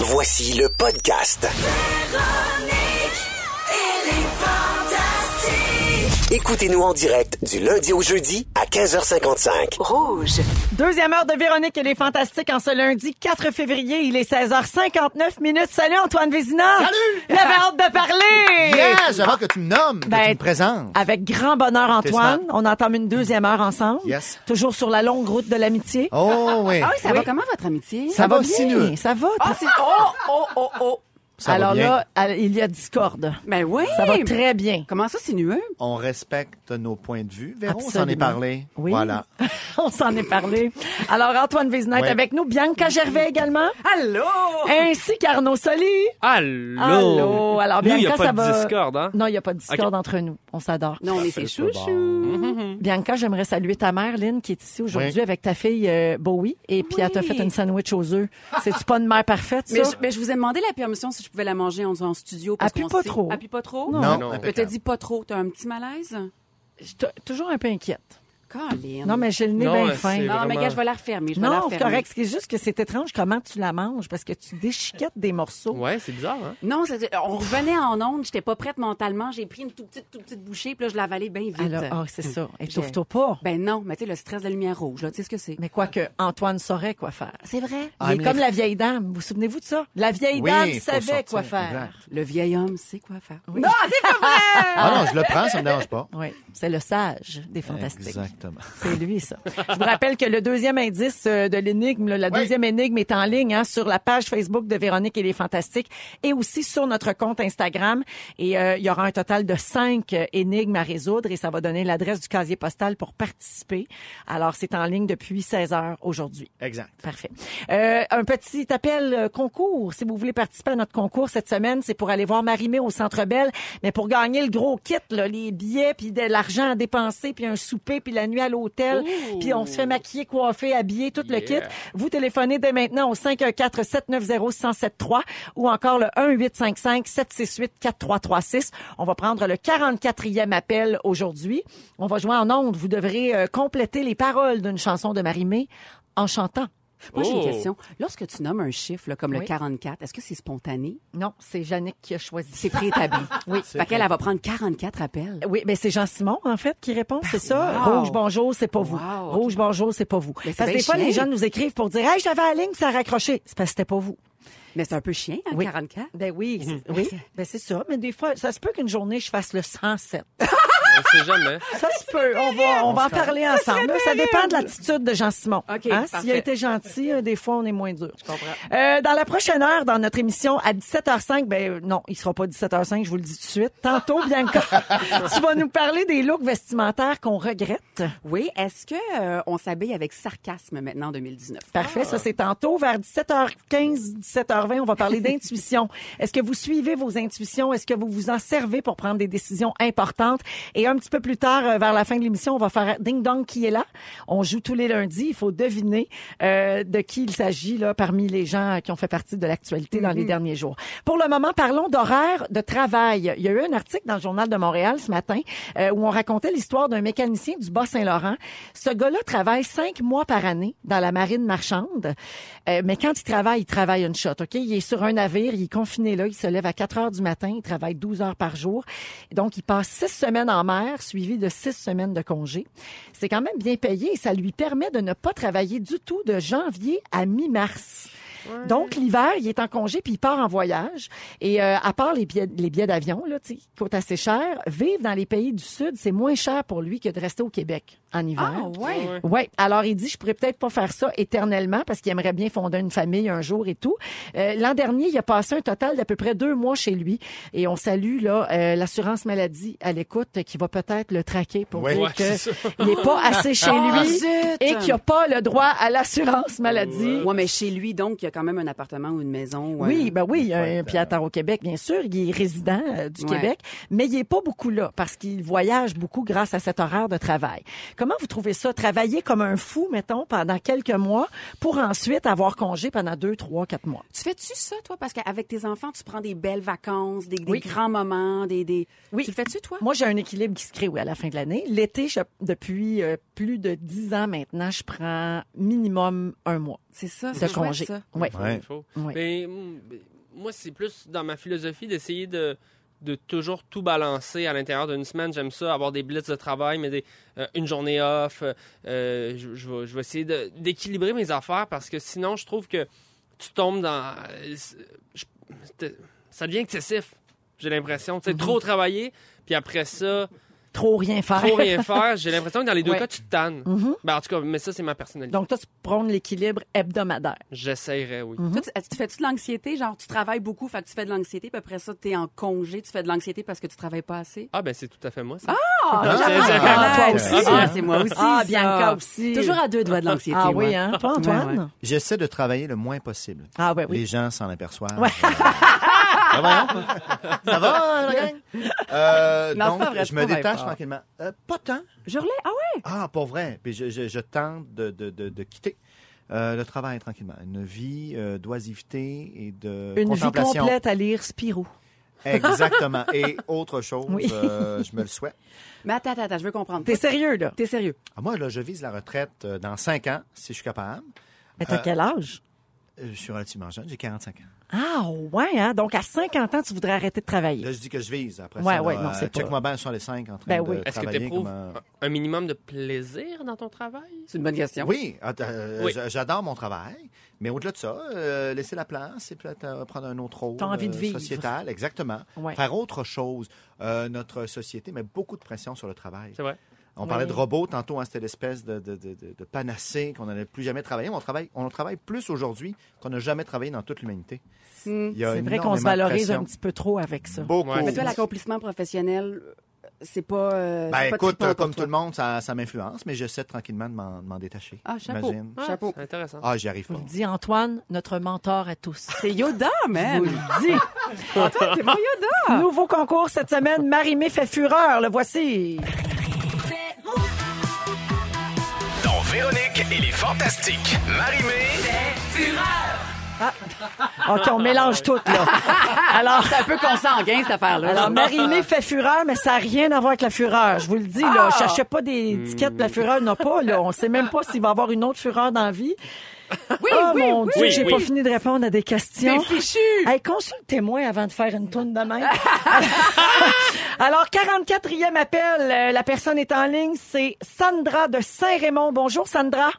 Voici le podcast. Écoutez-nous en direct du lundi au jeudi à 15h55. Rouge. Deuxième heure de Véronique, elle est fantastique en ce lundi 4 février. Il est 16h59 minutes. Salut Antoine Vézina. Salut! Il avait hâte de parler. Yes, avant que tu me nommes, que Ah. Ben, tu me présentes. Avec grand bonheur, Antoine. T'es On entame une deuxième heure ensemble. Yes. Toujours sur la longue route de l'amitié. Oh oui, Ah oui, ça va comment votre amitié? ça, va, bien, sinueux. Ça va. Ah, c'est- Oh, oh, oh, oh. Ça va Alors bien. là, elle- il y a discorde. Ben oui. Ça va très bien. Comment ça, sinueux? On respecte nos points de vue. Véro, on s'en Absolument. est parlé. Oui. Voilà. On s'en est parlé. Alors, Antoine Vézina est Ouais. Ah! avec nous. Bianca Gervais également. Allô? Ainsi qu'Arnaud Soli. Allô? Allô. Alors, Nous, il n'y a Bianca, pas ça de va- discorde, hein? Non, il n'y a pas de discorde Ok. entre nous. On s'adore. Non, on est ses C'est pas chouchous. Bianca, j'aimerais saluer ta mère, Lynn, qui est ici aujourd'hui Oui. avec ta fille euh, Bowie. Et puis, elle t'a Oui. fait une sandwich aux œufs. C'est-tu pas une mère parfaite, ça? Mais je, mais je vous ai demandé la permission si je pouvais la manger en, en studio. Parce Appuie qu'on pas sait- trop. Appuie pas trop? Non, non. Je te impeccable. dis pas trop. T'as un petit malaise? Je suis t- toujours un peu inquiète. Colin. Non, mais j'ai le nez Non, bien euh, fin. c'est Non, mais Vraiment. gars, je vais la refermer. Je vais la Non, c'est refermer. correct. C'est juste que c'est étrange comment tu la manges parce que tu déchiquettes des morceaux. Ouais, c'est bizarre, hein? Non, c'est- on revenait en onde. J'étais pas prête mentalement. J'ai pris une toute petite, toute petite bouchée, puis là, je l'avalais bien vite. Alors, ah, c'est ça. J'ai- Étouffe-toi pas. Ben non, mais tu sais, le stress de la lumière rouge, là, tu sais ce que c'est. Mais quoique, Antoine saurait quoi faire. C'est vrai. Il est mais- comme la vieille dame. Vous vous souvenez-vous de ça? La vieille Oui, dame faut savait sortir, quoi faire. exact. Le vieil homme sait quoi faire. Non, c'est pas vrai! Ah non, je le prends, ça me dérange pas. Oui, c'est le sage des fantastiques. Exactement. C'est lui, ça. Je vous rappelle que le deuxième indice euh, de l'énigme, là, la Oui. deuxième énigme est en ligne hein, sur la page Facebook de Véronique et les Fantastiques et aussi sur notre compte Instagram. Et euh, il y aura un total de cinq euh, énigmes à résoudre et ça va donner l'adresse du casier postal pour participer. Alors, c'est en ligne depuis 16 heures aujourd'hui. Exact. Parfait. Euh, un petit appel euh, concours. Si vous voulez participer à notre concours cette semaine, c'est pour aller voir Marimé au Centre Belle. Mais pour gagner le gros kit, là, les billets, puis de l'argent à dépenser, puis un souper, puis la nuit à l'hôtel, puis on se fait maquiller, coiffer, habiller, tout le kit. Yeah. Vous téléphonez dès maintenant au 514-790-1073 ou encore le 1-855-768-4336. On va prendre le 44e appel aujourd'hui. On va jouer en ondes. Vous devrez euh, compléter les paroles d'une chanson de Marimé en chantant. Moi, j'ai une Oh. question. Lorsque tu nommes un chiffre, là, comme Oui. le 44, est-ce que c'est spontané? Non, c'est Yannick qui a choisi. C'est préétabli. Oui. Fait qu'elle, elle va prendre 44 appels. Oui, mais c'est Jean-Simon, en fait, qui répond, c'est ça. Wow. Rouge, bonjour, c'est pas vous. Wow, ok. Rouge, bonjour, c'est pas vous. Mais c'est parce que bien des fois, les chien. gens nous écrivent pour dire, hey, j'avais la ligne, ça a raccroché. C'est parce que c'était pas vous. Mais c'est un peu chien, hein, Oui. 44. Ben oui, c'est- oui. Ben c'est ça. Mais des fois, ça se peut qu'une journée, je fasse le 107. On sait jamais. Ça se peut. On va, on va en parler ensemble. Ça, dépend de l'attitude de Jean-Simon. OK, S'il a parfait. été gentil, euh, des fois, on est moins dur. Je comprends. dans la prochaine heure, dans notre émission, à 17h05, ben euh, non, il sera pas 17h05, je vous le dis tout de suite. Tantôt, Bianca, tu vas nous parler des looks vestimentaires qu'on regrette. Oui. Est-ce que euh, on s'habille avec sarcasme maintenant en 2019? Parfait, ça c'est tantôt. Vers 17h15, 17h20, on va parler d'intuition. Est-ce que vous suivez vos intuitions? Est-ce que vous vous en servez pour prendre des décisions importantes? Et un petit peu plus tard, euh, vers la fin de l'émission, on va faire Ding Dong qui est là. On joue tous les lundis. Il faut deviner euh, de qui il s'agit là parmi les gens euh, qui ont fait partie de l'actualité dans les derniers jours. Pour le moment, parlons d'horaire de travail. Il y a eu un article dans le Journal de Montréal ce matin euh, où on racontait l'histoire d'un mécanicien du Bas-Saint-Laurent. Ce gars-là travaille cinq mois par année dans la marine marchande. Euh, mais quand il travaille, il travaille une shot, OK? Il est sur un navire, il est confiné là, il se lève à 4 heures du matin, il travaille 12 heures par jour. Donc, il passe six semaines en mer, suivi de six semaines de congé. C'est quand même bien payé et ça lui permet de ne pas travailler du tout de janvier à mi-mars. Donc, l'hiver, il est en congé puis il part en voyage. Et euh, à part les billets, les billets d'avion, là, tu sais, qui coûtent assez cher, vivre dans les pays du Sud, c'est moins cher pour lui que de rester au Québec en hiver. Ah, ouais. Ouais. Oui, alors il dit, je pourrais peut-être pas faire ça éternellement parce qu'il aimerait bien fonder une famille un jour et tout. Euh, L'an dernier, il a passé un total d'à peu près deux mois chez lui et on salue là euh, l'assurance maladie à l'écoute euh, qui va peut-être le traquer pour Ouais. dire Ouais, c'est ça. qu'il n'est pas assez chez Oh, lui zut! et qu'il n'a pas le droit à l'assurance maladie. Ouais, mais chez lui, donc, il y a quand même un appartement ou une maison. ouais. Oui, ben oui, il y a Faut un être, pied à terre au Québec, bien sûr. Il est résident euh, du Ouais. Québec, mais il est pas beaucoup là parce qu'il voyage beaucoup grâce à cet horaire de travail. Comment vous trouvez ça? Travailler comme un fou, mettons, pendant quelques mois pour ensuite avoir congé pendant deux, trois, quatre mois. Tu fais-tu ça, toi? Parce qu'avec tes enfants, tu prends des belles vacances, des, des Oui. grands moments, des. des... Oui. Tu le fais-tu, toi? Moi, j'ai un équilibre qui se crée, oui, à la fin de l'année. L'été, je- depuis euh, plus de dix ans maintenant, je prends minimum un mois. Ah, C'est ça, de c'est chouette, congé. ça. Oui. Ouais. Il faut. Oui. Mais mm, moi, c'est plus dans ma philosophie d'essayer de de toujours tout balancer à l'intérieur d'une semaine. J'aime ça, avoir des blitz de travail, mais des, euh, une journée off. euh, euh, je, je vais, je vais essayer de- d'équilibrer mes affaires parce que sinon, je trouve que tu tombes dans... euh, c'est- je- c'est- ça devient excessif, j'ai l'impression. Tu Mm-hmm. sais, trop travailler, puis après ça, Trop rien faire. trop rien faire. J'ai l'impression que dans les deux Ouais. cas, tu te tannes. Mhm. Ben, en tout cas, mais ça, c'est ma personnalité. Donc, toi, tu prônes l'équilibre hebdomadaire. J'essayerais, oui. Mmh. Toi, tu, tu fais-tu de l'anxiété? Genre, tu travailles beaucoup, fait que tu fais de l'anxiété, puis après ça, t'es en congé, tu fais de l'anxiété parce que tu travailles pas assez. Ah, ben, c'est tout à fait moi, ça. Ah, hein. j'avoue. c'est- Ah, toi Ah, aussi. Ah, c'est moi aussi. Ah, ça. Bianca aussi. Toujours à deux doigts de l'anxiété. Ah moi. oui, hein? Toi, Antoine? Ouais, ouais. J'essaie de travailler le moins possible. Ah ouais, oui. Les gens s'en aperçoivent. Euh, ça va, hein? Ça va, la gang? Euh, Non, c'est donc, pas vrai, je c'est me pas vrai, détache pas. tranquillement. Euh, pas tant. Je relais. Ah ouais? Ah, pour vrai. Puis je, je- je tente de, de- de- de quitter euh, le travail tranquillement. Une vie euh, d'oisiveté et de Une vie contemplation. complète à lire Spirou. Exactement. Et autre chose, Oui. euh, je me le souhaite. Mais attends, attends, attends, je veux comprendre. T'es sérieux, là? T'es sérieux? Ah, moi, là, je vise la retraite euh, dans cinq ans, si je suis capable. Mais t'as Euh, quel âge? Euh, Je suis relativement jeune, j'ai 45 ans. Ah, ouais, hein? Donc, à 50 ans, tu voudrais arrêter de travailler. Là, je dis que je vise. Après Ouais, ça, ouais, là, non, c'est euh, pas- check-moi bien sur les cinq en train Ben oui. de Est-ce que tu travailler éprouves comme un- un minimum de plaisir dans ton travail? C'est une bonne question. Oui, att- euh, Oui. j'a- j'adore mon travail, mais au-delà de ça, euh, laisser la place et peut-être euh, prendre un autre rôle euh, T'as envie de vivre. sociétal, exactement. Ouais. Faire autre chose. Euh, notre société met beaucoup de pression sur le travail. C'est vrai. On parlait Oui. de robots tantôt, hein, c'était l'espèce de, de, de- de- de panacée qu'on n'allait plus jamais travailler. On travaille, on travaille plus aujourd'hui qu'on n'a jamais travaillé dans toute l'humanité. Hmm. Il y a C'est vrai énormément qu'on se de valorise pression. un petit peu trop avec ça. Beaucoup. Ouais, Mais toi, l'accomplissement professionnel, euh, c'est pas. euh, Ben, c'est pas écoute, trippant euh, pour comme toi. tout le monde, ça, ça m'influence, mais j'essaie tranquillement de m'en de m'en détacher. Ah, chapeau. Imagine. Ah, Chapeau. c'est intéressant. Ah, j'y arrive pas. Vous le dit Antoine, notre mentor à tous. C'est Yoda, Vous man. le dit. Antoine, t'es mon Yoda. Nouveau concours cette semaine. Marie-Mé fait fureur. Le voici. Dans Véronique et les Fantastiques. Marie-Mé, Ah. OK, on mélange tout, là. Alors, C'est un peu consanguin, cette affaire-là. alors Marie-Mé fait fureur, mais ça n'a rien à voir avec la fureur. Je vous le dis, là. Cherchez pas des étiquettes. La fureur n'a pas, là. On sait même pas s'il va y avoir une autre fureur dans la vie. oui, oh oui, mon oui. Dieu, oui, j'ai oui. pas fini de répondre à des questions. T'es fichu. Hey, consultez-moi avant de faire une tourne de main. Alors, 44e appel. Euh, La personne est en ligne. C'est Sandra de Saint-Raymond. Bonjour, Sandra.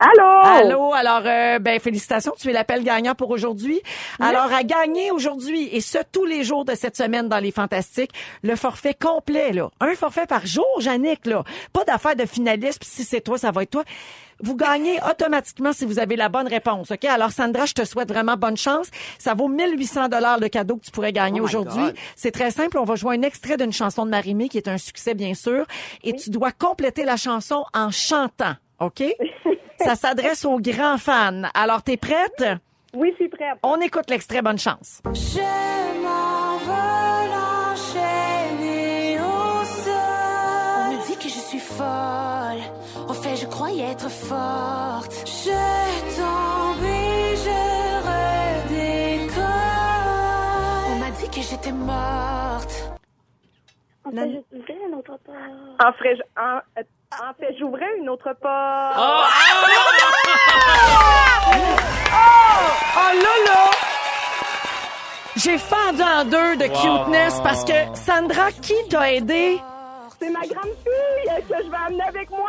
Allô? Allô, alors, euh, ben, félicitations, tu es l'appel gagnant pour aujourd'hui. Alors, à gagner aujourd'hui, et ce, tous les jours de cette semaine dans les Fantastiques, le forfait complet, là. Un forfait par jour, Jannick, là. Pas d'affaire de finaliste, puis si c'est toi, ça va être toi. Vous gagnez automatiquement si vous avez la bonne réponse, OK? Alors, Sandra, je te souhaite vraiment bonne chance. Ça vaut 1800 dollars le cadeau que tu pourrais gagner Oh my aujourd'hui. God. C'est très simple. On va jouer un extrait d'une chanson de Marimé qui est un succès, bien sûr. Et tu dois compléter la chanson en chantant. OK? Ça s'adresse aux grands fans. Alors, t'es prête? Oui, je suis prête. On écoute l'extrait. Bonne chance. On me dit que je suis folle. Au fait, je croyais être forte. Je tombe et je redécolle. On m'a dit que j'étais morte. En fait, je voudrais un autre part. En fait, Ah, je- en, euh, en fait, j'ouvrais une autre porte. Oh là là! J'ai fendu en deux de cuteness parce que Sandra, qui t'a aidé? C'est ma grande fille euh, que je vais amener avec moi.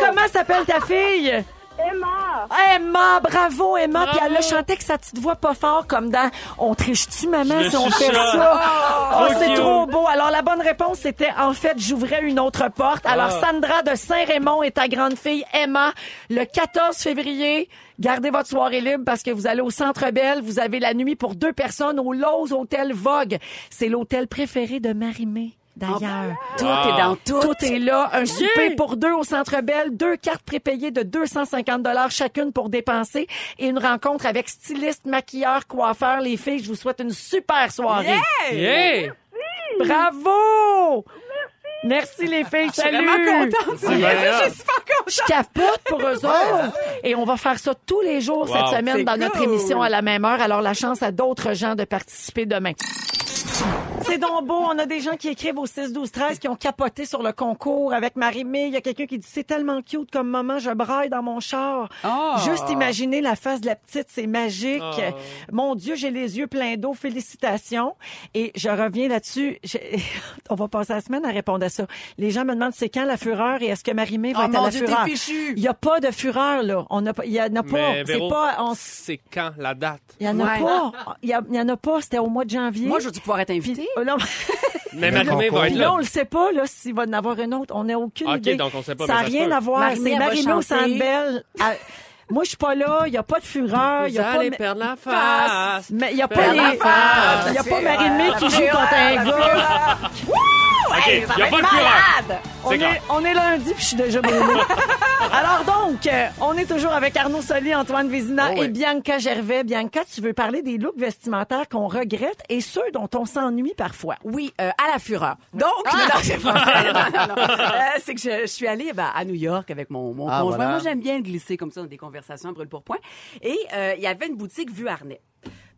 Comment s'appelle ta fille? Ah, Emma. Emma, bravo Emma. Puis elle a chanté que sa petite voix pas fort comme dans On triche-tu maman Je si on suis fait chat. ça? Oh, trop c'est cute. trop beau. Alors la bonne réponse c'était en fait j'ouvrais une autre porte. Alors Ah. Sandra de Saint-Raymond et ta grande fille Emma, le 14 février, gardez votre soirée libre parce que vous allez au Centre Belle, vous avez la nuit pour deux personnes au Lowe's Hôtel Vogue. C'est l'hôtel préféré de Marie-Mé. D'ailleurs, Tout est Ah. dans tout. tout est là. Un souper pour deux au Centre Belle, deux cartes prépayées de 250 dollars chacune pour dépenser et une rencontre avec styliste, maquilleur, coiffeur. Les filles, je vous souhaite une super soirée. Yeah! Bravo! Merci les filles, salut! Vraiment contente. C'est malade. Je capote pour eux autres. Et on va faire ça tous les jours Wow. cette semaine C'est dans notre cool. émission à la même heure. Alors, la chance à d'autres gens de participer demain. Tu sais, c'est donc beau. On a des gens qui écrivent au 6 12 13 qui ont capoté sur le concours avec Marie-Mé. Il y a quelqu'un qui dit c'est tellement cute comme moment, je braille dans mon char. Ah. Juste imaginer la face de la petite, c'est magique. Ah. Mon Dieu, j'ai les yeux pleins d'eau. Félicitations. Et je reviens là-dessus. Je- On va passer la semaine à répondre à ça. Les gens me demandent c'est quand la fureur et est-ce que Marie-Mé va Oh être à mon la Dieu, fureur. t'es fichu. Il n'y a pas de fureur là. On n'a pas. Il y en a pas. Mais C'est Véro, pas. on- c'est quand la date? Il y en a Ouais. pas. Il y, a- il y en a pas. C'était au mois de janvier. Moi, je veux pouvoir être invité. Oh non. Mais Le Marimé concours. va Puis être là, là. Ah, on le sait pas, là, s'il va en avoir une autre. On n'a aucune Ok, idée. donc on sait pas, ça mais n'a ça se rien peut. à voir. Marimé, C'est elle va Marino chanter. Sandbell. Ah, Moi, je suis pas là. Il n'y a pas de fureur. Il n'y oh, a pas... mais- perdre la face. Mais il n'y a Fais pas les... la face. Il y a pas Marimé qui joue contre un gars. OK, il n'y a pas de couleur. On C'est est, clair. on est lundi, puis je suis déjà brûlée. Alors donc, euh, on est toujours avec Arnaud Soli, Antoine Vézina Oh, et Bianca Gervais. Bianca, tu veux parler des looks vestimentaires qu'on regrette et ceux dont on s'ennuie parfois. Oui, euh, à la fureur. Donc, non, c'est pas vrai. Ah. Non, non, non. Euh, c'est que je, je suis allée ben, à New York avec mon, mon Ah, conjoint. voilà. Moi, j'aime bien glisser comme ça dans des conversations à brûle pour point. Et euh, il y avait une boutique Vue Harnais.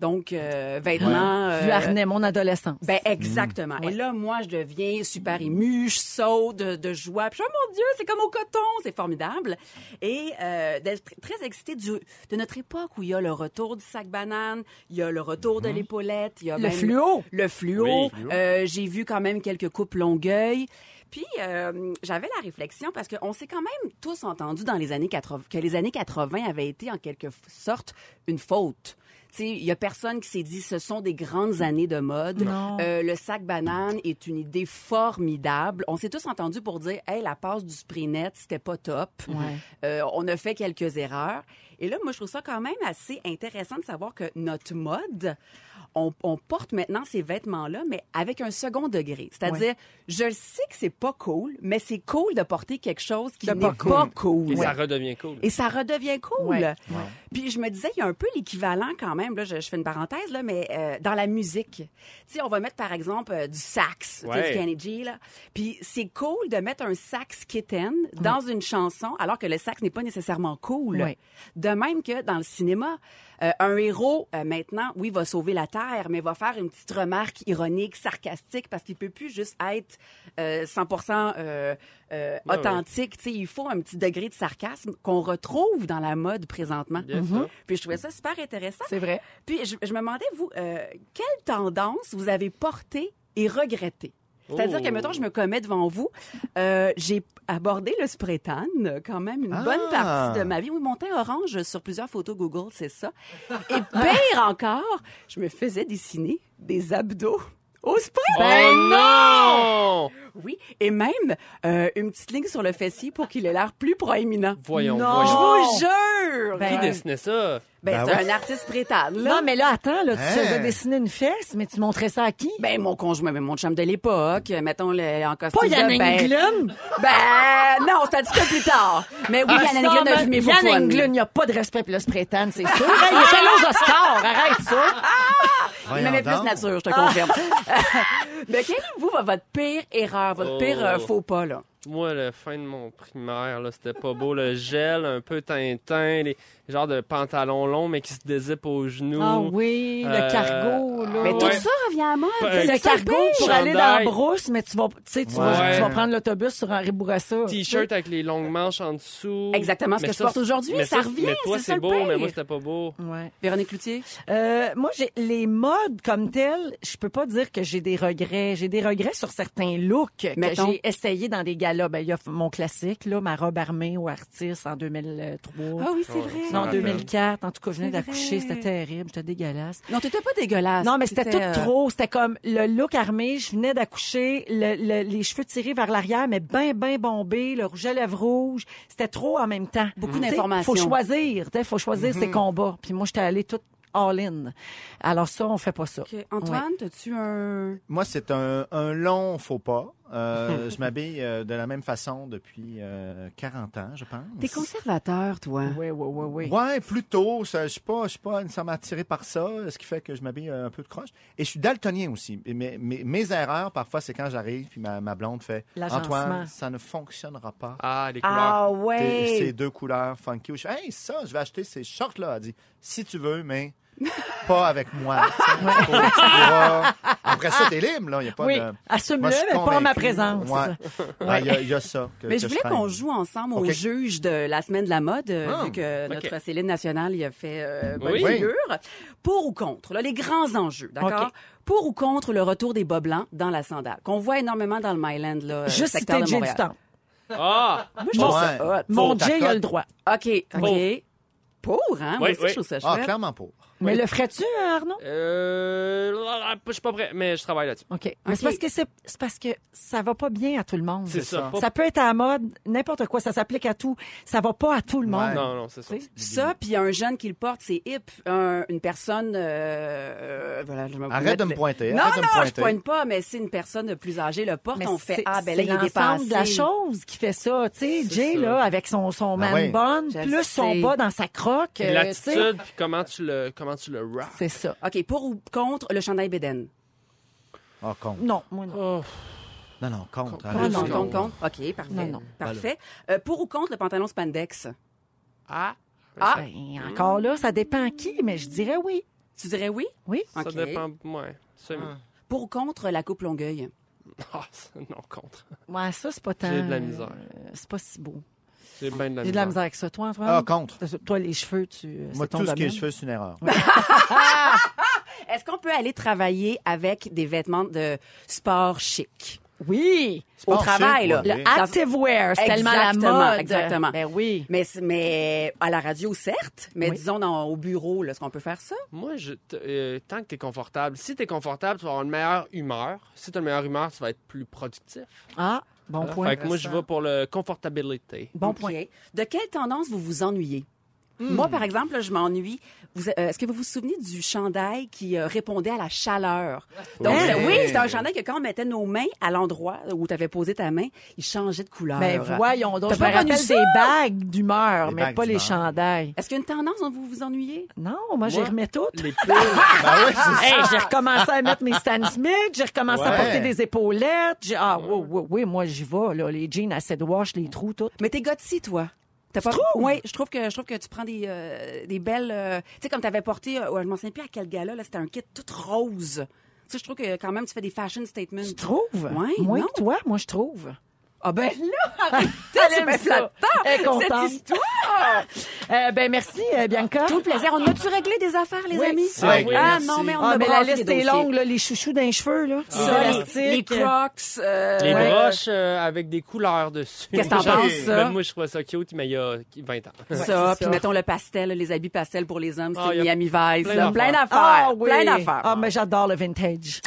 Donc, euh, vêtements. euh, Du Ah. harnais, Mm. mon adolescence. ben exactement. Et là, moi, je deviens super émue, je saute de, de joie. Puis je suis, oh mon Dieu, c'est comme au coton, c'est formidable. Et euh, d'être tr- très excitée du, de notre époque où il y a le retour du sac banane, il y a le retour de l'épaulette, il y a Mm. Le même- fluo. le fluo. Oui, Euh, J'ai vu quand même quelques coupes Longueuil. Puis euh, j'avais la réflexion parce qu'on s'est quand même tous entendus dans les années 80 que les années 80 avaient été en quelque f- sorte une faute. Tu sais, Il y a personne qui s'est dit ce sont des grandes années de mode. Non. Euh, le sac banane est une idée formidable. On s'est tous entendus pour dire hey la passe du spray net c'était pas top. Euh, on a fait quelques erreurs. Et là, moi, je trouve ça quand même assez intéressant de savoir que notre mode, on, on porte maintenant ces vêtements-là, mais avec un second degré. C'est-à-dire, je le sais que c'est pas cool, mais c'est cool de porter quelque chose qui n'est pas cool. Et ça redevient cool. Et ça redevient cool. Ouais. Ouais. Puis je me disais, il y a un peu l'équivalent quand même, là, je, je fais une parenthèse, là, mais euh, dans la musique. Tu sais, on va mettre par exemple euh, du sax, tu sais, Ouais. du Kenny G, là. Puis c'est cool de mettre un sax kitten dans une chanson, alors que le sax n'est pas nécessairement cool. Ouais. De même que dans le cinéma, euh, un héros, euh, maintenant, oui, va sauver la Terre, mais va faire une petite remarque ironique, sarcastique, parce qu'il peut plus juste être euh, 100% euh, euh, Ouais, authentique. Tu sais, il faut un petit degré de sarcasme qu'on retrouve dans la mode présentement. Bien sûr. Puis je trouvais ça super intéressant. C'est vrai. Puis je, je me demandais, vous, euh, quelle tendance vous avez portée et regrettée? C'est-à-dire Oh. que, mettons, je me commets devant vous, euh, j'ai abordé le spray tan, euh, quand même une Ah. bonne partie de ma vie. Oui, mon teint orange sur plusieurs photos Google, c'est ça. Et pire encore, je me faisais dessiner des abdos au spray. Oh non! Oui, et même euh, une petite ligne sur le fessier pour qu'il ait l'air plus proéminent. Voyons, Non. Je voyons. vous jure! Ben, Qui Oh! Ben, dessinait ça? Ben c'est ouais. un artiste spray tan, là. Non, mais là, attends, là, tu Hein? faisais dessiner une fesse, mais tu montrais ça à qui? Ben, mon conjoint, ben, mon chum de l'époque, euh, mettons, le, en costume. pas là, Yann ben, Englund! ben, non, c'est un petit peu plus tard. Mais oui, Ah, ben, Yann ça, Englund a man, fumé faux Yann fun. Englund, il n'y a pas de respect pour le spray-tan, c'est sûr. Hey, il était là aux Oscars, arrête ça. Il Voyons m'aimait plus donc. nature, je te confirme. Mais quelle est, vous, votre pire erreur, votre Oh. pire euh, faux pas, là? Moi, le fin de mon primaire, là, c'était pas beau. Le gel, un peu tintin, les genres de pantalons longs, mais qui se dézippent aux genoux. Ah oui, le Euh, cargo, là. Mais Mais Ouais. tout ça revient à moi. Ben, c'est le ça cargo pire. pour aller dans la Chandail. brousse, mais tu vas, tu sais, tu vas, Ouais. tu vas prendre l'autobus sur Henri Bourassa. T-shirt avec les longues manches en dessous. Exactement ce Mais que je porte aujourd'hui, mais ça revient, Mais toi, c'est ça c'est le beau, pire. mais moi, c'était pas beau. Ouais. Véronique Loutier? Euh, moi, j'ai les modes comme tels, je peux pas dire que j'ai des regrets. J'ai des regrets sur certains looks Mettons. que j'ai essayé dans des galas. Ben, il y a mon classique, là, ma robe armée au artiste en 2003. Ah ben oui, c'est vrai. Non, me en rappelle. 2004. En tout cas, je venais C'est d'accoucher. vrai. C'était terrible. C'était dégueulasse. Non, t'étais pas dégueulasse. Non, mais c'était T'étais, tout euh, trop. C'était comme le look armé. Je venais d'accoucher, le- le- les cheveux tirés vers l'arrière, mais ben, ben bombé, le rouge à lèvres rouge. C'était trop en même temps. Beaucoup T'sais, d'informations. Mm-hmm. Faut choisir. Il faut choisir ses combats. Puis moi, j'étais allée toute all-in. Alors ça, on fait pas ça. Ok. Antoine, t'as-tu un... Moi, c'est un, un long faux pas. Euh, je m'habille euh, de la même façon depuis euh, 40 ans, je pense. T'es conservateur, toi. Oui, oui, oui, oui. Ouais, plutôt. ça, Je ne suis pas, je suis pas nécessairement attiré par ça, ce qui fait que je m'habille euh, un peu de croche. Et je suis daltonien aussi. Et mes, mes, mes erreurs, parfois, c'est quand j'arrive, puis ma, ma blonde fait « L'agencement. Antoine, ça ne fonctionnera pas. Ah, les couleurs. Ah Tes- ouais. Ces deux couleurs funky. Je fais, hey, ça, je vais acheter ces shorts-là. Elle dit, si tu veux, mais pas avec moi. tu sais. Tu pourras- tu pourras- Après ça, t'es libre, là. Il n'y a pas Oui, de. assume-le, Moi, je suis mais pas en ma convaincu. présence. Ouais. Ouais, Il y a- il y, a ça. que- Mais que je voulais fais. qu'on joue ensemble OK. au juge de la semaine de la mode, euh, Ah, vu que OK. notre Céline nationale y a fait euh, bonne Oui. figure. Pour ou contre, là, les grands enjeux, d'accord? OK. Pour ou contre le retour des bas blancs dans la sandale, qu'on voit énormément dans le Myland, là, euh, Juste si secteur t'es de Jay du Montréal. temps. Ah! Moi, je trouve Ouais. ça hot. Mon ta Jay, il a cote. le droit. OK, OK. Pour, hein? Moi Oui, aussi, oui. je trouve ça Ah, chouette. clairement pour. Mais le ferais-tu, Arnaud? Euh, là, là, je suis pas prêt, mais je travaille là-dessus. OK. Mais c'est parce que c'est c'est parce que ça va pas bien à tout le monde. C'est ça. Ça peut être à la mode, n'importe quoi, ça s'applique à tout. Ça va pas à tout le monde. Ouais. Non, non, c'est ça. Tu sais? Ça, puis un jeune qui le porte, c'est hip. Un- une personne... euh, euh, voilà, je vais vous Arrête mettre de me le- pointer. Non, arrête de non, me je pointer. pointe pas, mais si une personne plus âgée le porte, Mais on fait c'est- Ah, ben là, c'est il est l'ensemble dépassé. de la chose qui fait ça. Tu sais, C'est Jay, ça. Ben là, avec son, son man ouais. bun, Je plus son sais. bas dans sa croque. Puis euh, tu sais, L'attitude, puis comment tu le, comment tu le rock. C'est ça. OK, pour ou contre le chandail Beden? Ah, contre. Non, moi, non. Oh, Non, non, contre. Ah, Non, arrête. non, c'est contre, contre. contre. OK, parfait. Non, non. Parfait. Euh, pour ou contre le pantalon spandex? ah! Ah, Ben, encore là, ça dépend qui, mais je dirais oui. tu dirais oui? Oui. Ça OK. Ah. dépend. Ouais. c'est- Pour ou contre la coupe longueuil? Ah, c'est- non, contre. Ouais, ça, c'est pas tant. J'ai de la misère. euh, c'est pas si beau. J'ai bien de la J'ai de la misère. misère avec ça. Toi, Antoine? Ah, contre. T'as- Toi, les cheveux, tu. euh, Moi, c'est ton tout ce que domaine. je fais, c'est une erreur. Est-ce qu'on peut aller travailler avec des vêtements de sport chic? Oui. Au Sport travail, chic, là. ouais. Le Oui. activewear, c'est tellement la Exactement, mode. exactement. Ben oui. Mais, c'est- mais à la radio, certes, mais Oui. disons dans, au bureau, là, est-ce qu'on peut faire ça? Moi, je, t- euh, tant que tu es confortable, si tu es confortable, tu vas avoir une meilleure humeur. Si tu as une meilleure humeur, tu vas être plus productif. Ah, bon Voilà. point. fait que moi, je vais pour le confortabilité. Bon OK. point. De quelle tendance vous vous ennuyez? Hmm. Moi, par exemple, là, je m'ennuie. Vous- euh, Est-ce que vous vous souvenez du chandail qui euh, répondait à la chaleur? Ah, Donc, Oui. euh, oui, c'était un chandail que quand on mettait nos mains à l'endroit où tu avais posé ta main, il changeait de couleur. Ben voyons donc. euh, T'as Je pas me rappelle connu ça? des bagues d'humeur, Des mais bagues pas les d'humeur. chandails. Est-ce qu'il y a une tendance dont vous vous ennuyez? Non, moi, j'y Moi, remets toutes. Les pulls. Ben oui, c'est Hey, j'ai recommencé à mettre mes Stan Smith, j'ai recommencé à Ouais. porter des épaulettes. j'ai- Ah, oui, oui, oui, moi, j'y vais, là. Les jeans à cette wash, les trous, tout. Mais t'es gothique, toi. T'as pas... Oui, je trouve que je trouve que tu prends des, euh, des belles. euh, Tu sais, comme t'avais porté, euh, je m'en souviens plus à quel gala, là, c'était un kit tout rose. Tu sais, je trouve que quand même, tu fais des fashion statements. Tu trouves? Ouais, Moins non. que toi, moi, je trouve. Ah ben là, Elle c'est bien aime ça. flattant, Elle est contente. cette histoire. Euh, ben, merci, euh, Bianca. Tout le plaisir. On a-tu réglé des affaires, les Oui. amis? Ah oui, ah merci. non, mais on Ah, a mais la brassé liste les est dossiers. longue, là, les chouchous d'un cheveu, là. Ça, les, les crocs. euh, les Ouais. broches euh, avec des couleurs dessus. Qu'est-ce que t'en Genre, penses, ben, ça? moi, je trouvais ça cute, mais il y a 20 ans. ça, Ouais, c'est puis ça. mettons le pastel, les habits pastels pour les hommes, Ah, c'est y a Miami Vice, plein là, plein d'affaires. d'affaires, oui. plein d'affaires. Ah, mais j'adore le vintage.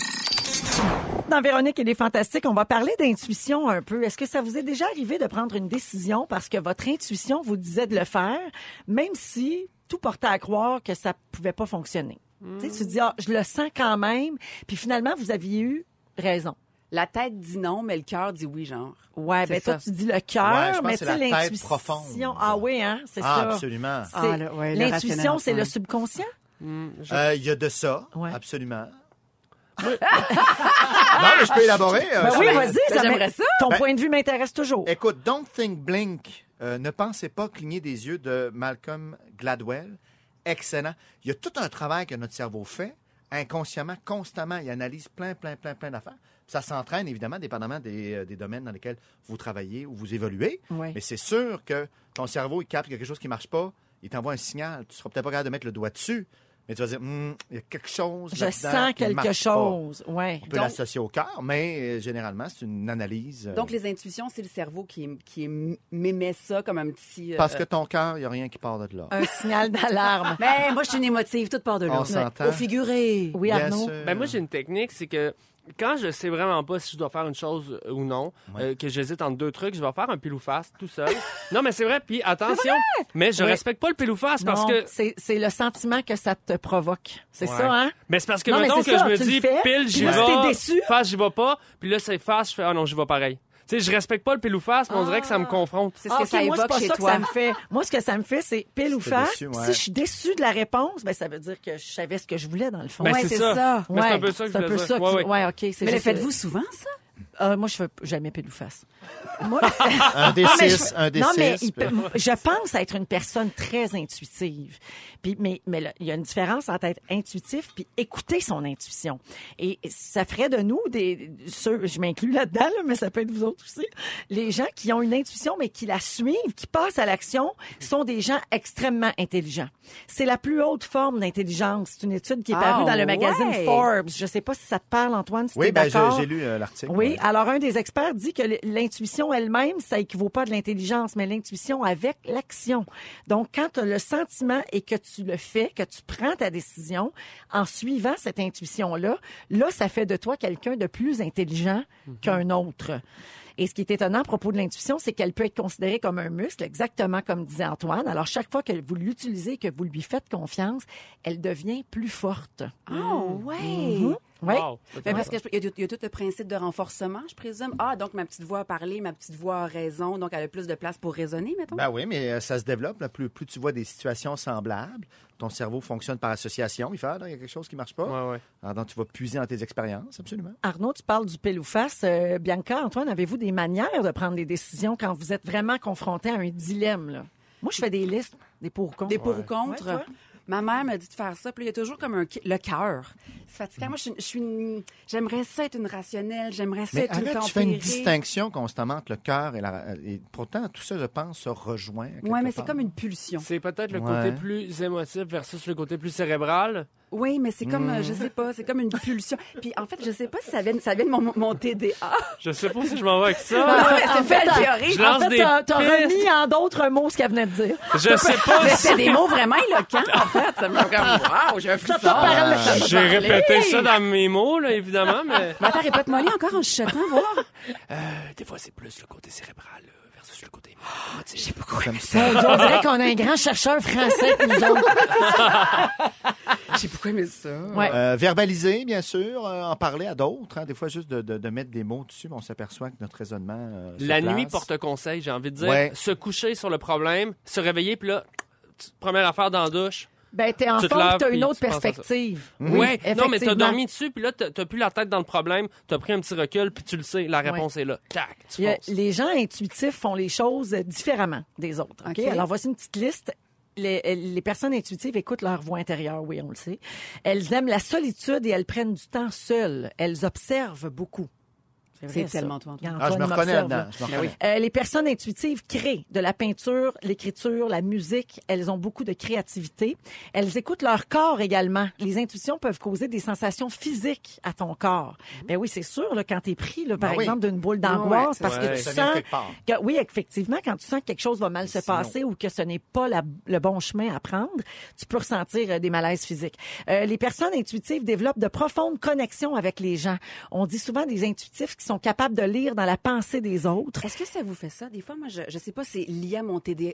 Dans Véronique, il est fantastique. On va parler d'intuition un peu. Est-ce que ça vous est déjà arrivé de prendre une décision parce que votre intuition vous disait de le faire, même si tout portait à croire que ça pouvait pas fonctionner? Tu sais, tu dis, ah, je le sens quand même. Puis finalement, vous aviez eu raison. La tête dit non, mais le cœur dit oui, genre. Ouais, C'est ben toi, ça. tu dis le Ouais, je cœur, pense mais que tu c'est sais, la tête l'intuition. profonde. Ah oui, hein, c'est Ah, ça. absolument. C'est- Ah, le- ouais, le L'intuition, rationnel, c'est le ouais. subconscient. Hum, je- Euh, Il y a de ça, Ouais. absolument. non, mais je peux élaborer. euh, Ben ça oui, va- vas-y, Ben, j'aimerais m'in- ça. Ton Ben- point de vue m'intéresse toujours. Écoute, Don't Think Blink, euh, ne pensez pas cligner des yeux de Malcolm Gladwell. Excellent. Il y a tout un travail que notre cerveau fait inconsciemment, constamment. Il analyse plein, plein, plein, plein d'affaires. Puis Ça s'entraîne évidemment dépendamment des, euh, des domaines dans lesquels vous travaillez ou vous évoluez. Oui. Mais c'est sûr que ton cerveau, il capte quelque chose qui ne marche pas, il t'envoie un signal. Tu ne seras peut-être pas capable de mettre le doigt dessus, mais tu vas dire, Hum, il y a quelque chose. Je là-dedans sens qui ne quelque marche pas. chose. Ouais. On peut Donc- l'associer au cœur, mais euh, généralement, c'est une analyse. euh, Donc, les intuitions, c'est le cerveau qui, qui m'aimait ça comme un petit... euh, Parce que ton cœur, il n'y a rien qui part de là. Un signal d'alarme. Mais moi, je suis une émotive, toute part de là. On s'entend. Au figuré. Oui, Bien Arnaud. sûr. Ben, moi, j'ai une technique, c'est que quand je sais vraiment pas si je dois faire une chose ou non, Ouais. euh, que j'hésite entre deux trucs, je vais faire un pile ou face tout seul. non, mais c'est vrai, puis attention, mais je Oui. respecte pas le pile ou face parce Non, que. c'est c'est le sentiment que ça te provoque. C'est Ouais. ça, hein? Mais c'est parce que Non, mais mettons c'est que ça, je me tu le dis fais, pile, j'y là, si t'es vais. déçu. Face, j'y vais pas. Puis là, c'est face, je fais ah non, j'y vais pareil. Tu sais, je respecte pas le pile ou face, mais on dirait que ça me confronte. C'est ce que Ah, ça ok, moi, c'est évoque pas chez ça que toi. ça me fait. Moi, ce que ça me fait, c'est pile ou t'es face. déçu, ouais. Si je suis déçue de la réponse, ben, ça veut dire que je savais ce que je voulais, dans le fond. Ben, Ouais, c'est c'est ça. ça. Mais c'est un peu ça que je c'est un voulais peu dire. ça qui- Ouais, ouais. ouais, OK. c'est Mais le juste- faites-vous souvent, ça? Ah, moi, je veux jamais pédoufesse. Moi, Ah, Un des Non, Ah, mais six, je- un des non, mais six. euh. il peut- je pense être une personne très intuitive. Puis, mais mais là, il y a une différence entre être intuitif puis écouter son intuition. Et ça ferait de nous des ceux, je m'inclus là-dedans, là, mais ça peut être vous autres aussi, les gens qui ont une intuition mais qui la suivent, qui passent à l'action, sont des gens extrêmement intelligents. C'est la plus haute forme d'intelligence. C'est une étude qui est Ah, parue dans le magazine ouais. Forbes. Je sais pas si ça te parle, Antoine, si Oui, t'es ben, d'accord. je- j'ai lu euh, l'article. Oui, ouais. alors un des experts dit que le- l'intuition elle-même, ça équivaut pas à de l'intelligence, mais l'intuition avec l'action. Donc, quand tu as le sentiment et que tu le fais, que tu prends ta décision en suivant cette intuition-là, là, ça fait de toi quelqu'un de plus intelligent qu'un autre. Et ce qui est étonnant à propos de l'intuition, c'est qu'elle peut être considérée comme un muscle, exactement comme disait Antoine. Alors, chaque fois que vous l'utilisez, que vous lui faites confiance, elle devient plus forte. Oh, ouais. Oui. Wow, c'est Ben, intéressant. parce qu'il y, a tout- il y a tout le principe de renforcement, je présume. Ah, donc ma petite voix a parlé, ma petite voix a raison, donc elle a plus de place pour raisonner, mettons. Ben oui, mais euh, ça se développe. là. Plus, plus tu vois des situations semblables, ton cerveau fonctionne par association. Il fait, ah, là, il y a quelque chose qui marche pas. Ouais, ouais. Alors, donc, tu vas puiser dans tes expériences, absolument. Arnaud, tu parles du pile ou face. Euh, Bianca, Antoine, avez-vous des manières de prendre des décisions quand vous êtes vraiment confronté à un dilemme? là? Moi, je fais des listes, des pour ou contre. Des pour ou Ben, Ouais, contre. toi? Ma mère m'a dit de faire ça, puis là, il y a toujours comme un qui- le cœur. C'est fatigant. Moi, je suis, je suis une- j'aimerais ça être une rationnelle, j'aimerais ça Mais être une arrête, tu fais une tempérée. distinction constamment entre le cœur et la. Et pourtant, tout ça, je pense, se rejoint. Ouais, mais c'est comme une pulsion. C'est peut-être le Ouais. côté plus émotif versus le côté plus cérébral. Oui, mais c'est comme, euh, je sais pas, c'est comme une pulsion. Puis en fait, je sais pas si ça vient, ça vient de mon, mon TDA. Je sais pas si je m'en vais avec En ça. fait, en fait, belle t'as- théorie. Ah, Je Ah en lance fait, des t'as- t'as pistes. remis en d'autres mots ce qu'elle venait de dire. Ah, Je sais pas si C'est des mots vraiment éloquents, en fait. Ça me fait comme, wow, j'ai un Ça frisson. t'a euh, parlé. ça t'a j'ai parlé. répété ça dans mes mots, là, évidemment, mais. Mais Attends, répète-moi encore en chuchotant, voir. Des fois, c'est plus le côté cérébral euh, versus le côté émotif. Comme On ça. dirait- on dirait qu'on a un grand chercheur français, avec nous autres. J'ai beaucoup aimé ça. Ouais. Euh, verbaliser, bien sûr, euh, en parler à d'autres. hein. Des fois, juste de, de- de mettre des mots dessus, mais on s'aperçoit que notre raisonnement. euh, se La place. nuit porte conseil, j'ai envie de dire. Ouais. Se coucher sur le problème, se réveiller, puis là, tu- première affaire dans la douche. Ben, t'es en Tu te forme, laves, t'as puis une autre tu penses à ça. perspective. Mhm. ouais, non, mais t'as effectivement. dormi dessus, puis là, t'as t'as plus la tête dans le problème, t'as pris un petit recul, puis tu le sais, la réponse est là. Tac, tu Il y a- fonces. les gens intuitifs font les choses euh, différemment des autres. OK? OK. Alors, voici une petite liste. Les, euh, les personnes intuitives écoutent leur voix intérieure, oui, on le sait. Elles aiment la solitude et elles prennent du temps seules. Elles observent beaucoup. C'est vrai, ça. tellement toi, Antoine. Ah, je Antoine me reconnais m'observe, là. là-dedans. Je me reconnais. Euh, les personnes intuitives créent de la peinture, l'écriture, la musique. Elles ont beaucoup de créativité. Elles écoutent leur corps également. Les intuitions peuvent causer des sensations physiques à ton corps. Ben oui, c'est sûr, là, quand t'es pris, là, par Mhm. Ben oui. exemple, d'une boule d'angoisse, Ouais, parce ouais. que tu Ça vient de sens... quelque part. que- oui, effectivement, quand tu sens que quelque chose va mal se sinon- passer ou que ce n'est pas la- le bon chemin à prendre, tu peux ressentir euh, des malaises physiques. Euh, les personnes intuitives développent de profondes connexions avec les gens. On dit souvent des intuitifs qui sont capables de lire dans la pensée des autres. Est-ce que ça vous fait ça? Des fois, moi, je, je sais pas, c'est lié à mon TDA.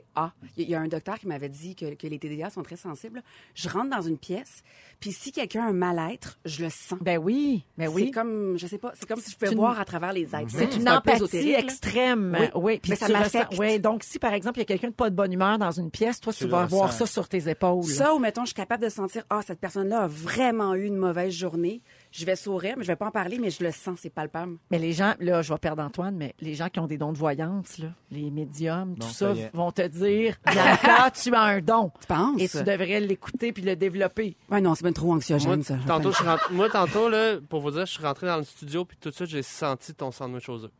Il y- il y, a un docteur qui m'avait dit que, que les TDA sont très sensibles. Je rentre dans une pièce, puis si quelqu'un a un mal-être, je le sens. Ben oui, ben C'est oui. comme, je sais pas, c'est comme si je pouvais C'est une- voir à travers les êtres. C'est une un peu empathie ésotérique, là. extrême. Oui. puis Mais ça tu ressens- m'affecte. Oui, donc si par exemple il y a quelqu'un de pas de bonne humeur dans une pièce, toi tu, le vas avoir ressens. ça sur tes épaules. Ça, ou mettons, je suis capable de sentir, ah, cette personne-là a vraiment eu une mauvaise journée. Je vais sourire, mais je vais pas en parler, mais je le sens, c'est palpable. Mais les gens, là, je vais perdre Antoine, mais les gens qui ont des dons de voyance, là, les médiums, Bon, tout ça ça, y est. vont te dire, Bianca, tu as un don. Tu penses? Et tu devrais l'écouter puis le développer. Ouais, non, c'est bien trop anxiogène, Moi, ça. je tantôt, pense. je suis rentré- moi, tantôt, là, pour vous dire, je suis rentré dans le studio, puis tout de suite, j'ai senti ton sandwich aux œufs.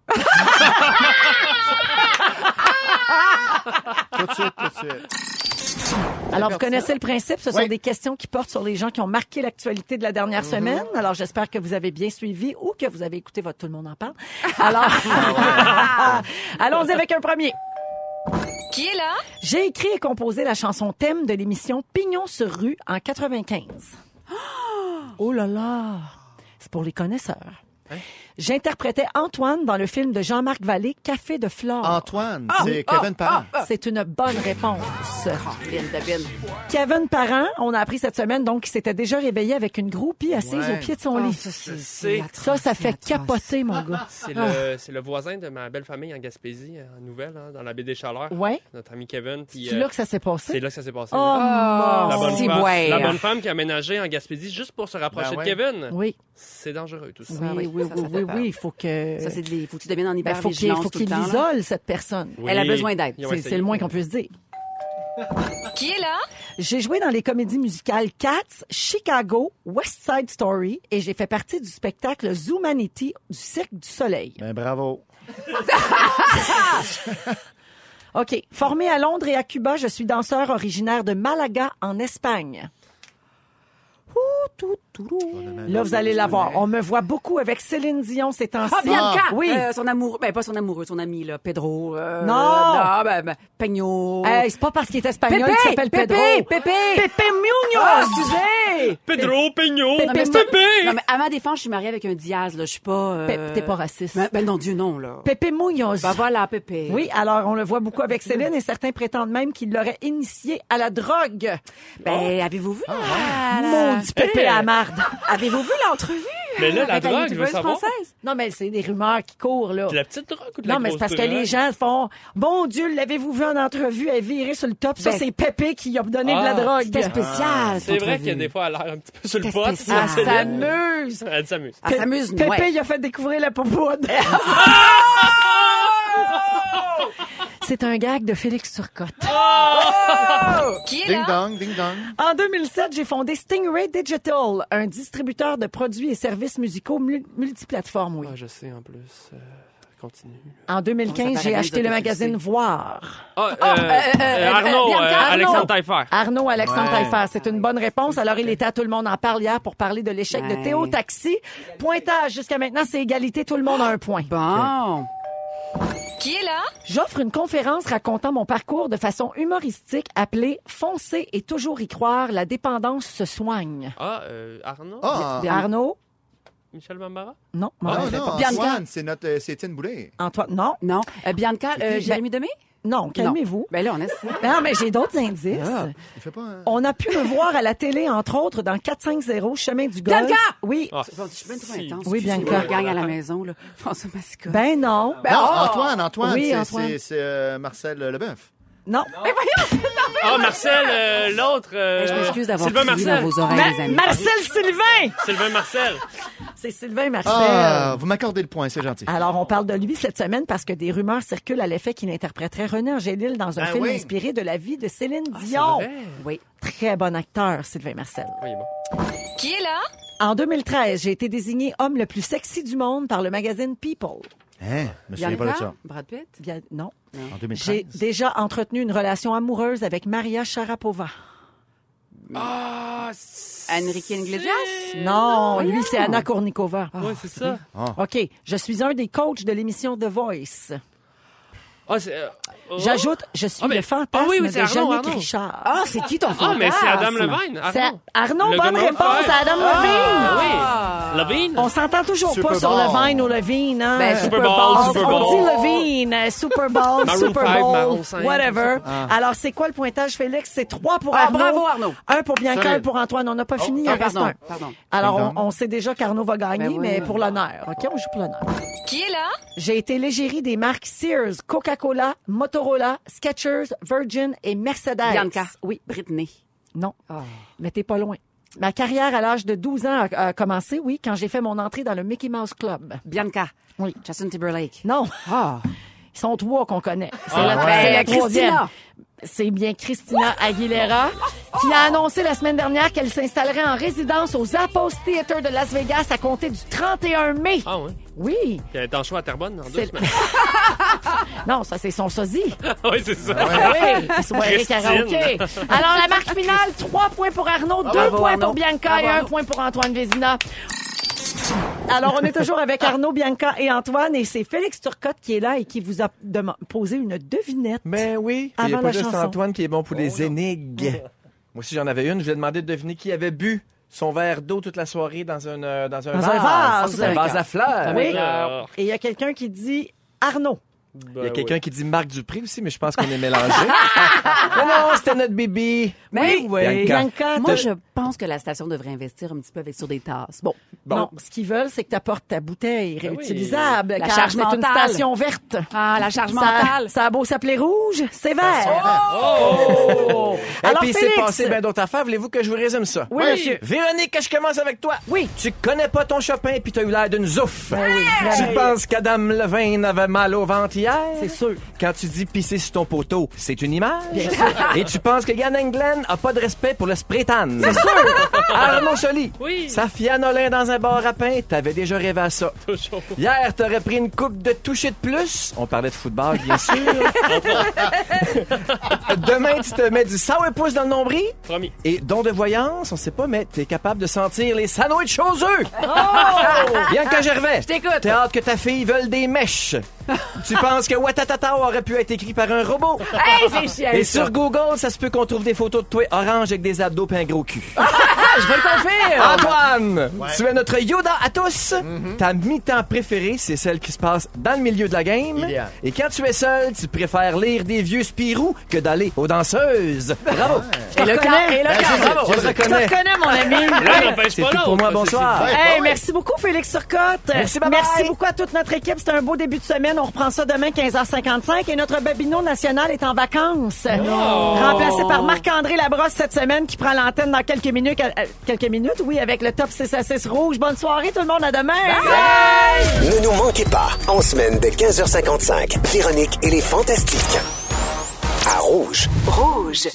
Tout de suite, tout de suite. Alors, vous connaissez le principe. Ce sont Oui. des questions qui portent sur les gens qui ont marqué l'actualité de la dernière semaine. Alors, j'espère que vous avez bien suivi ou que vous avez écouté votre Tout le monde en parle. Alors, allons-y avec un premier. Qui est là? J'ai écrit et composé la chanson thème de l'émission Pignon sur rue en 95. Oh là là, c'est pour les connaisseurs. J'interprétais Antoine dans le film de Jean-Marc Vallée, Café de Flore. Ah, Antoine, c'est Kevin Parent. C'est une bonne réponse. Ah, Tabine, tabine. Kevin Parent, on a appris cette semaine donc qu'il s'était déjà réveillé avec une groupie assise Ouais. au pied de son Oh, lit. ça, c'est- sais. c'est Ça, atroce, ça c'est fait atroce. capoter mon gars. C'est Ah. le, c'est le voisin de ma belle famille en Gaspésie, en Nouvelle, hein, dans la baie des Chaleurs. Ouais. Notre ami Kevin. puis, C'est euh, là que ça s'est c'est passé. là que ça s'est passé. Oh, mon oui. la, bonne Ah, c'est femme, ouais. la bonne femme qui a ménagé en Gaspésie juste pour se rapprocher Ben ouais. de Kevin. Oui, C'est dangereux tout ça. oui, oui, oui, oui, ça, oui, ça fait oui, peur. oui, il faut que... Ça, c'est de les- faut que tu deviennes en Ben, faut qu'il hypervigilance faut tout le qu'il temps. là. l'isole, cette personne. Elle a besoin d'aide. Ils ont C'est- C'est- essayé. C'est le moins qu'on puisse dire. Qui est là? J'ai joué dans les comédies musicales Cats, Chicago, West Side Story et j'ai fait partie du spectacle Zoomanity du Cirque du Soleil. Ben, bravo. OK. Formé à Londres et à Cuba, je suis danseur originaire de Malaga, en Espagne. Ouh, tout, tout, tout. Là, vous allez la voir. On me voit beaucoup avec Céline Dion ces temps-ci. Ah, Bianca! Oui. Euh, son amoureux, ben pas son amoureux, son ami, là, Pedro. euh, Non! Non, ben, ben Pagno. Hey, Euh, c'est pas parce qu'il est espagnol Pépé! qu'il s'appelle Pépé! Pedro. Pépé! Pépé Ah, Munoz! excusez! Pedro Pignon! Non, mais- Pépé! Non, mais à ma défense, je suis mariée avec un Diaz, là. Je suis pas. euh, Pe- T'es pas raciste. Ben, ben non, Dieu non, là. Pépé Munoz. Ben voilà, Pépé. Oui, alors on le voit beaucoup avec Céline et certains prétendent même qu'il l'aurait initié à la drogue. Ben, avez-vous vu, la- la- Ah, Maudit Pépé à la marde. Avez-vous vu l'entrevue? Mais là, hein, la avec drogue, je veux youtubeuse savoir. française? Non, mais c'est des rumeurs qui courent, là. De la petite drogue ou de la Non, mais c'est grosse hein. parce que drogue? les gens font Bon Dieu, l'avez-vous vu en entrevue? Elle virait sur le top. Ça, Ben, c'est Pépé qui a donné de la Ah, drogue. C'était spécial, C'est vrai qu'il y a qu'elle des fois, elle a l'air un petit peu sur le C'était pot. spécial. hein, Elle Céline. s'amuse. Elle s'amuse. Ah, Elle s'amuse, Pépé, Ah, ouais. Ah! il a fait découvrir la popoune. C'est un gag de Félix Turcotte. Ding dong, ding dong. En 2007, j'ai fondé Stingray Digital, un distributeur de produits et services musicaux mul- multiplateformes, oui. Ah, je sais, en plus. Euh, Continue. En Bon, ça 2015, paraît j'ai bien acheté de le te magazine Voir. Ah, euh, euh, Arnaud, Bianca, euh, Arnaud. Alexandre Taillefer. Arnaud Alexandre Ouais. Taillefer, c'est une bonne réponse. Alors, il était à Tout le monde en parle hier pour parler de l'échec de Ouais. Théo Taxi. Pointage, jusqu'à maintenant, c'est égalité, tout le monde a un point. Bon. Qui est là? J'offre une conférence racontant mon parcours de façon humoristique appelée « Foncer et toujours y croire, la dépendance se soigne Ah, euh, Arnaud? Ah, Bien. Arnaud? Michel Bambara? Non. ah, mauvaise non, réponse. Bianca. Antoine, c'est notre, euh, c'est Étienne Boulay. Antoine? Non. Non. Euh, Bianca, euh, Jérémy Demé? Non, calmez-vous. Ben là, on essaie. Non, mais j'ai d'autres indices. Il fait pas. un- On a pu me voir à la télé, entre autres, dans 450 Chemin du Golfe. Bianca! Oui. Ah, Je suis bien trop si. intense. Oui, excusez-moi. Bianca. On gagne à la maison, là. François Mascotte. Ben non. Non, Antoine, Ah! Antoine, Oui, c'est- Antoine. c'est c'est, euh, Marcel Leboeuf. Ben Non. Ah, Marcel, euh, l'autre. euh, Ben, je m'excuse d'avoir Sylvain crié dans Marcel. vos oreilles, Ma- Ah, les amis. Marcel Sylvain! Sylvain Marcel. C'est Sylvain Marcel. Ah, vous m'accordez le point, c'est gentil. Alors, on parle de lui cette semaine parce que des rumeurs circulent à l'effet qu'il interpréterait René Angélil dans un Ben film oui. inspiré de la vie de Céline Dion. Oui. Très bon acteur, Sylvain Marcel. Oui, bon. Qui est là? En 2013, j'ai été désigné homme le plus sexy du monde par le magazine People. Hein, je me souviens pas de Bianca, ça. Brad Pitt. Bien, non. En J'ai 2013. déjà entretenu une relation amoureuse avec Maria Sharapova. Ah, Enrique Iglesias? Non, voyons. lui, c'est Anna Kournikova. Ouais, c'est ça. OK. Je suis un des coachs de l'émission The Voice. Ah, c'est. euh, oh. J'ajoute, je suis Ah, mais- le fantasme ah oui, mais c'est de Arnaud, Jeannick Arnaud. Richard. Ah, c'est qui ton Ah, fantasme? mais c'est Adam Levine. C'est Arnaud. Arnaud, bonne Le gars de réponse Montfer. à Adam Levine. Ah, oui. Levine? On s'entend toujours Super pas sur Bowl. Levine ou Levine. Hein? Ben, Euh, Super Bowl, on- Super on Bowl. dit Levine, euh, Super Bowl, Maroon Super five, Bowl, Maroon cinq, whatever. tout Ah. Alors, c'est quoi le pointage, Félix? C'est trois pour Ah, Arnaud. bravo, Arnaud. Un pour Bianca, Salut. un pour Antoine. On n'a pas fini, il en Ah, reste pardon, un. pardon. Alors, Pardon. on, on sait déjà qu'Arnaud va gagner, Ben oui. mais pour l'honneur. OK, on joue pour l'honneur. Qui est là? J'ai été l'égérie des marques Sears, Coca-Cola, Motorola, Skechers, Virgin et Mercedes. Bianca. Oui, Britney. non, Ah. mais t'es pas loin. Ma carrière à l'âge de 12 ans a, a commencé, oui, quand j'ai fait mon entrée dans le Mickey Mouse Club. Bianca. Oui. Justin Timberlake. Non, Ah. ils sont trois qu'on connaît. C'est Ah la, ouais. c'est la Christina. troisième. C'est bien Christina Aguilera qui a annoncé la semaine dernière qu'elle s'installerait en résidence aux Apos Theater de Las Vegas à compter du 31 mai. Ah, ouais. Oui. Puis elle est en choix à Terrebonne dans deux C'est- semaines. Non, ça c'est son sosie. Ah oui, c'est ça. Oui, soirée Christine. karaoké. Alors, la marque finale, 3 points pour Arnaud, 2 bravo, points Arnaud. pour Bianca Bravo, et 1 Arnaud. point pour Antoine Vézina. Alors, on est toujours avec Arnaud, Bianca et Antoine, et c'est Félix Turcotte qui est là et qui vous a dem- posé une devinette. Mais oui, Avant il y a pas la juste chanson. Antoine qui est bon pour les énigmes. Moi aussi, j'en avais une. Je lui ai demandé de deviner qui avait bu son verre d'eau toute la soirée dans, une, euh, dans un Dans un vase. vase. Ah Un vase à Ah, fleurs. Oui. Alors, Et il y a quelqu'un qui dit Arnaud. ben Il y a oui. quelqu'un qui dit Marc Dupré aussi, mais je pense qu'on est mélangés. non, non, c'était notre bibi. Mais Bianca. Eh Bianca, moi, t'as- je pense que la station devrait investir un petit peu avec, sur des tasses. Bon, Bon. Non, ce qu'ils veulent, c'est que tu apportes ta bouteille Ben oui. réutilisable. La car charge c'est une mentale. station verte. Ah, la charge Ça- mentale. Ça a beau s'appeler rouge, c'est vert. Oh! Et Alors, puis, il s'est Félix. passé ben, bien d'autres affaires. Voulez-vous que je vous résume ça? Oui, monsieur. Véronique, je commence avec toi. Oui. Ah Tu connais pas ton Chopin, puis t'as eu l'air d'une zouf. vraiment. Tu penses qu'Adam Levin avait mal au ventre hier? C'est sûr. Quand tu dis pisser sur ton poteau, c'est une image. Et tu penses que Yann Englen a pas de respect pour le spray tan. C'est sûr. Arnaud Soli. Oui. Safia Nolin dans un bar à pain, t'avais déjà rêvé à ça. Toujours. Hier, t'aurais pris une coupe de toucher de plus. On parlait de football, bien sûr. Demain, tu te mets du sourpuss dans le nombril. Promis. Et don de voyance, on sait pas, mais t'es capable de sentir les sandwichs chaux eux. Bien que Gervais. Je t'écoute. T'as hâte que ta fille veuille des mèches. tu penses que Watatata aurait pu être écrit par un robot. Hey, c'est chiant. Et sur Google, ça se peut qu'on trouve des photos de toi orange avec des abdos pis un gros cul. Je vais le confirmer. Antoine, tu es notre Yoda à tous. Ta mi-temps préférée, c'est celle qui se passe dans le milieu de la game. Idéal. Et quand tu es seul, tu préfères lire des vieux Spirou que d'aller aux danseuses. Bravo. Et le camp, et le Ben, camp. je sais, Bravo. Ben je le reconnais. Je te reconnais, mon ami. L'un n'empêche Ah, C'est pas tout pour l'autre, moi. ça, Bonsoir. c'est- Ouais, Hey, bah ouais. merci beaucoup, Félix Turcotte. Merci, bye-bye. Merci beaucoup à toute notre équipe. C'était un beau début de semaine. On reprend ça demain, 15h55. Et notre Babino national est en vacances. Remplacé par Marc-André Labrosse cette semaine, qui prend l'antenne dans quelques minutes. euh, Quelques minutes, oui, avec le top 6 à 6 rouge. Bonne soirée, tout le monde. À demain. Ne nous manquez pas, en semaine de 15h55, Véronique et les Fantastiques. À Rouge. Rouge.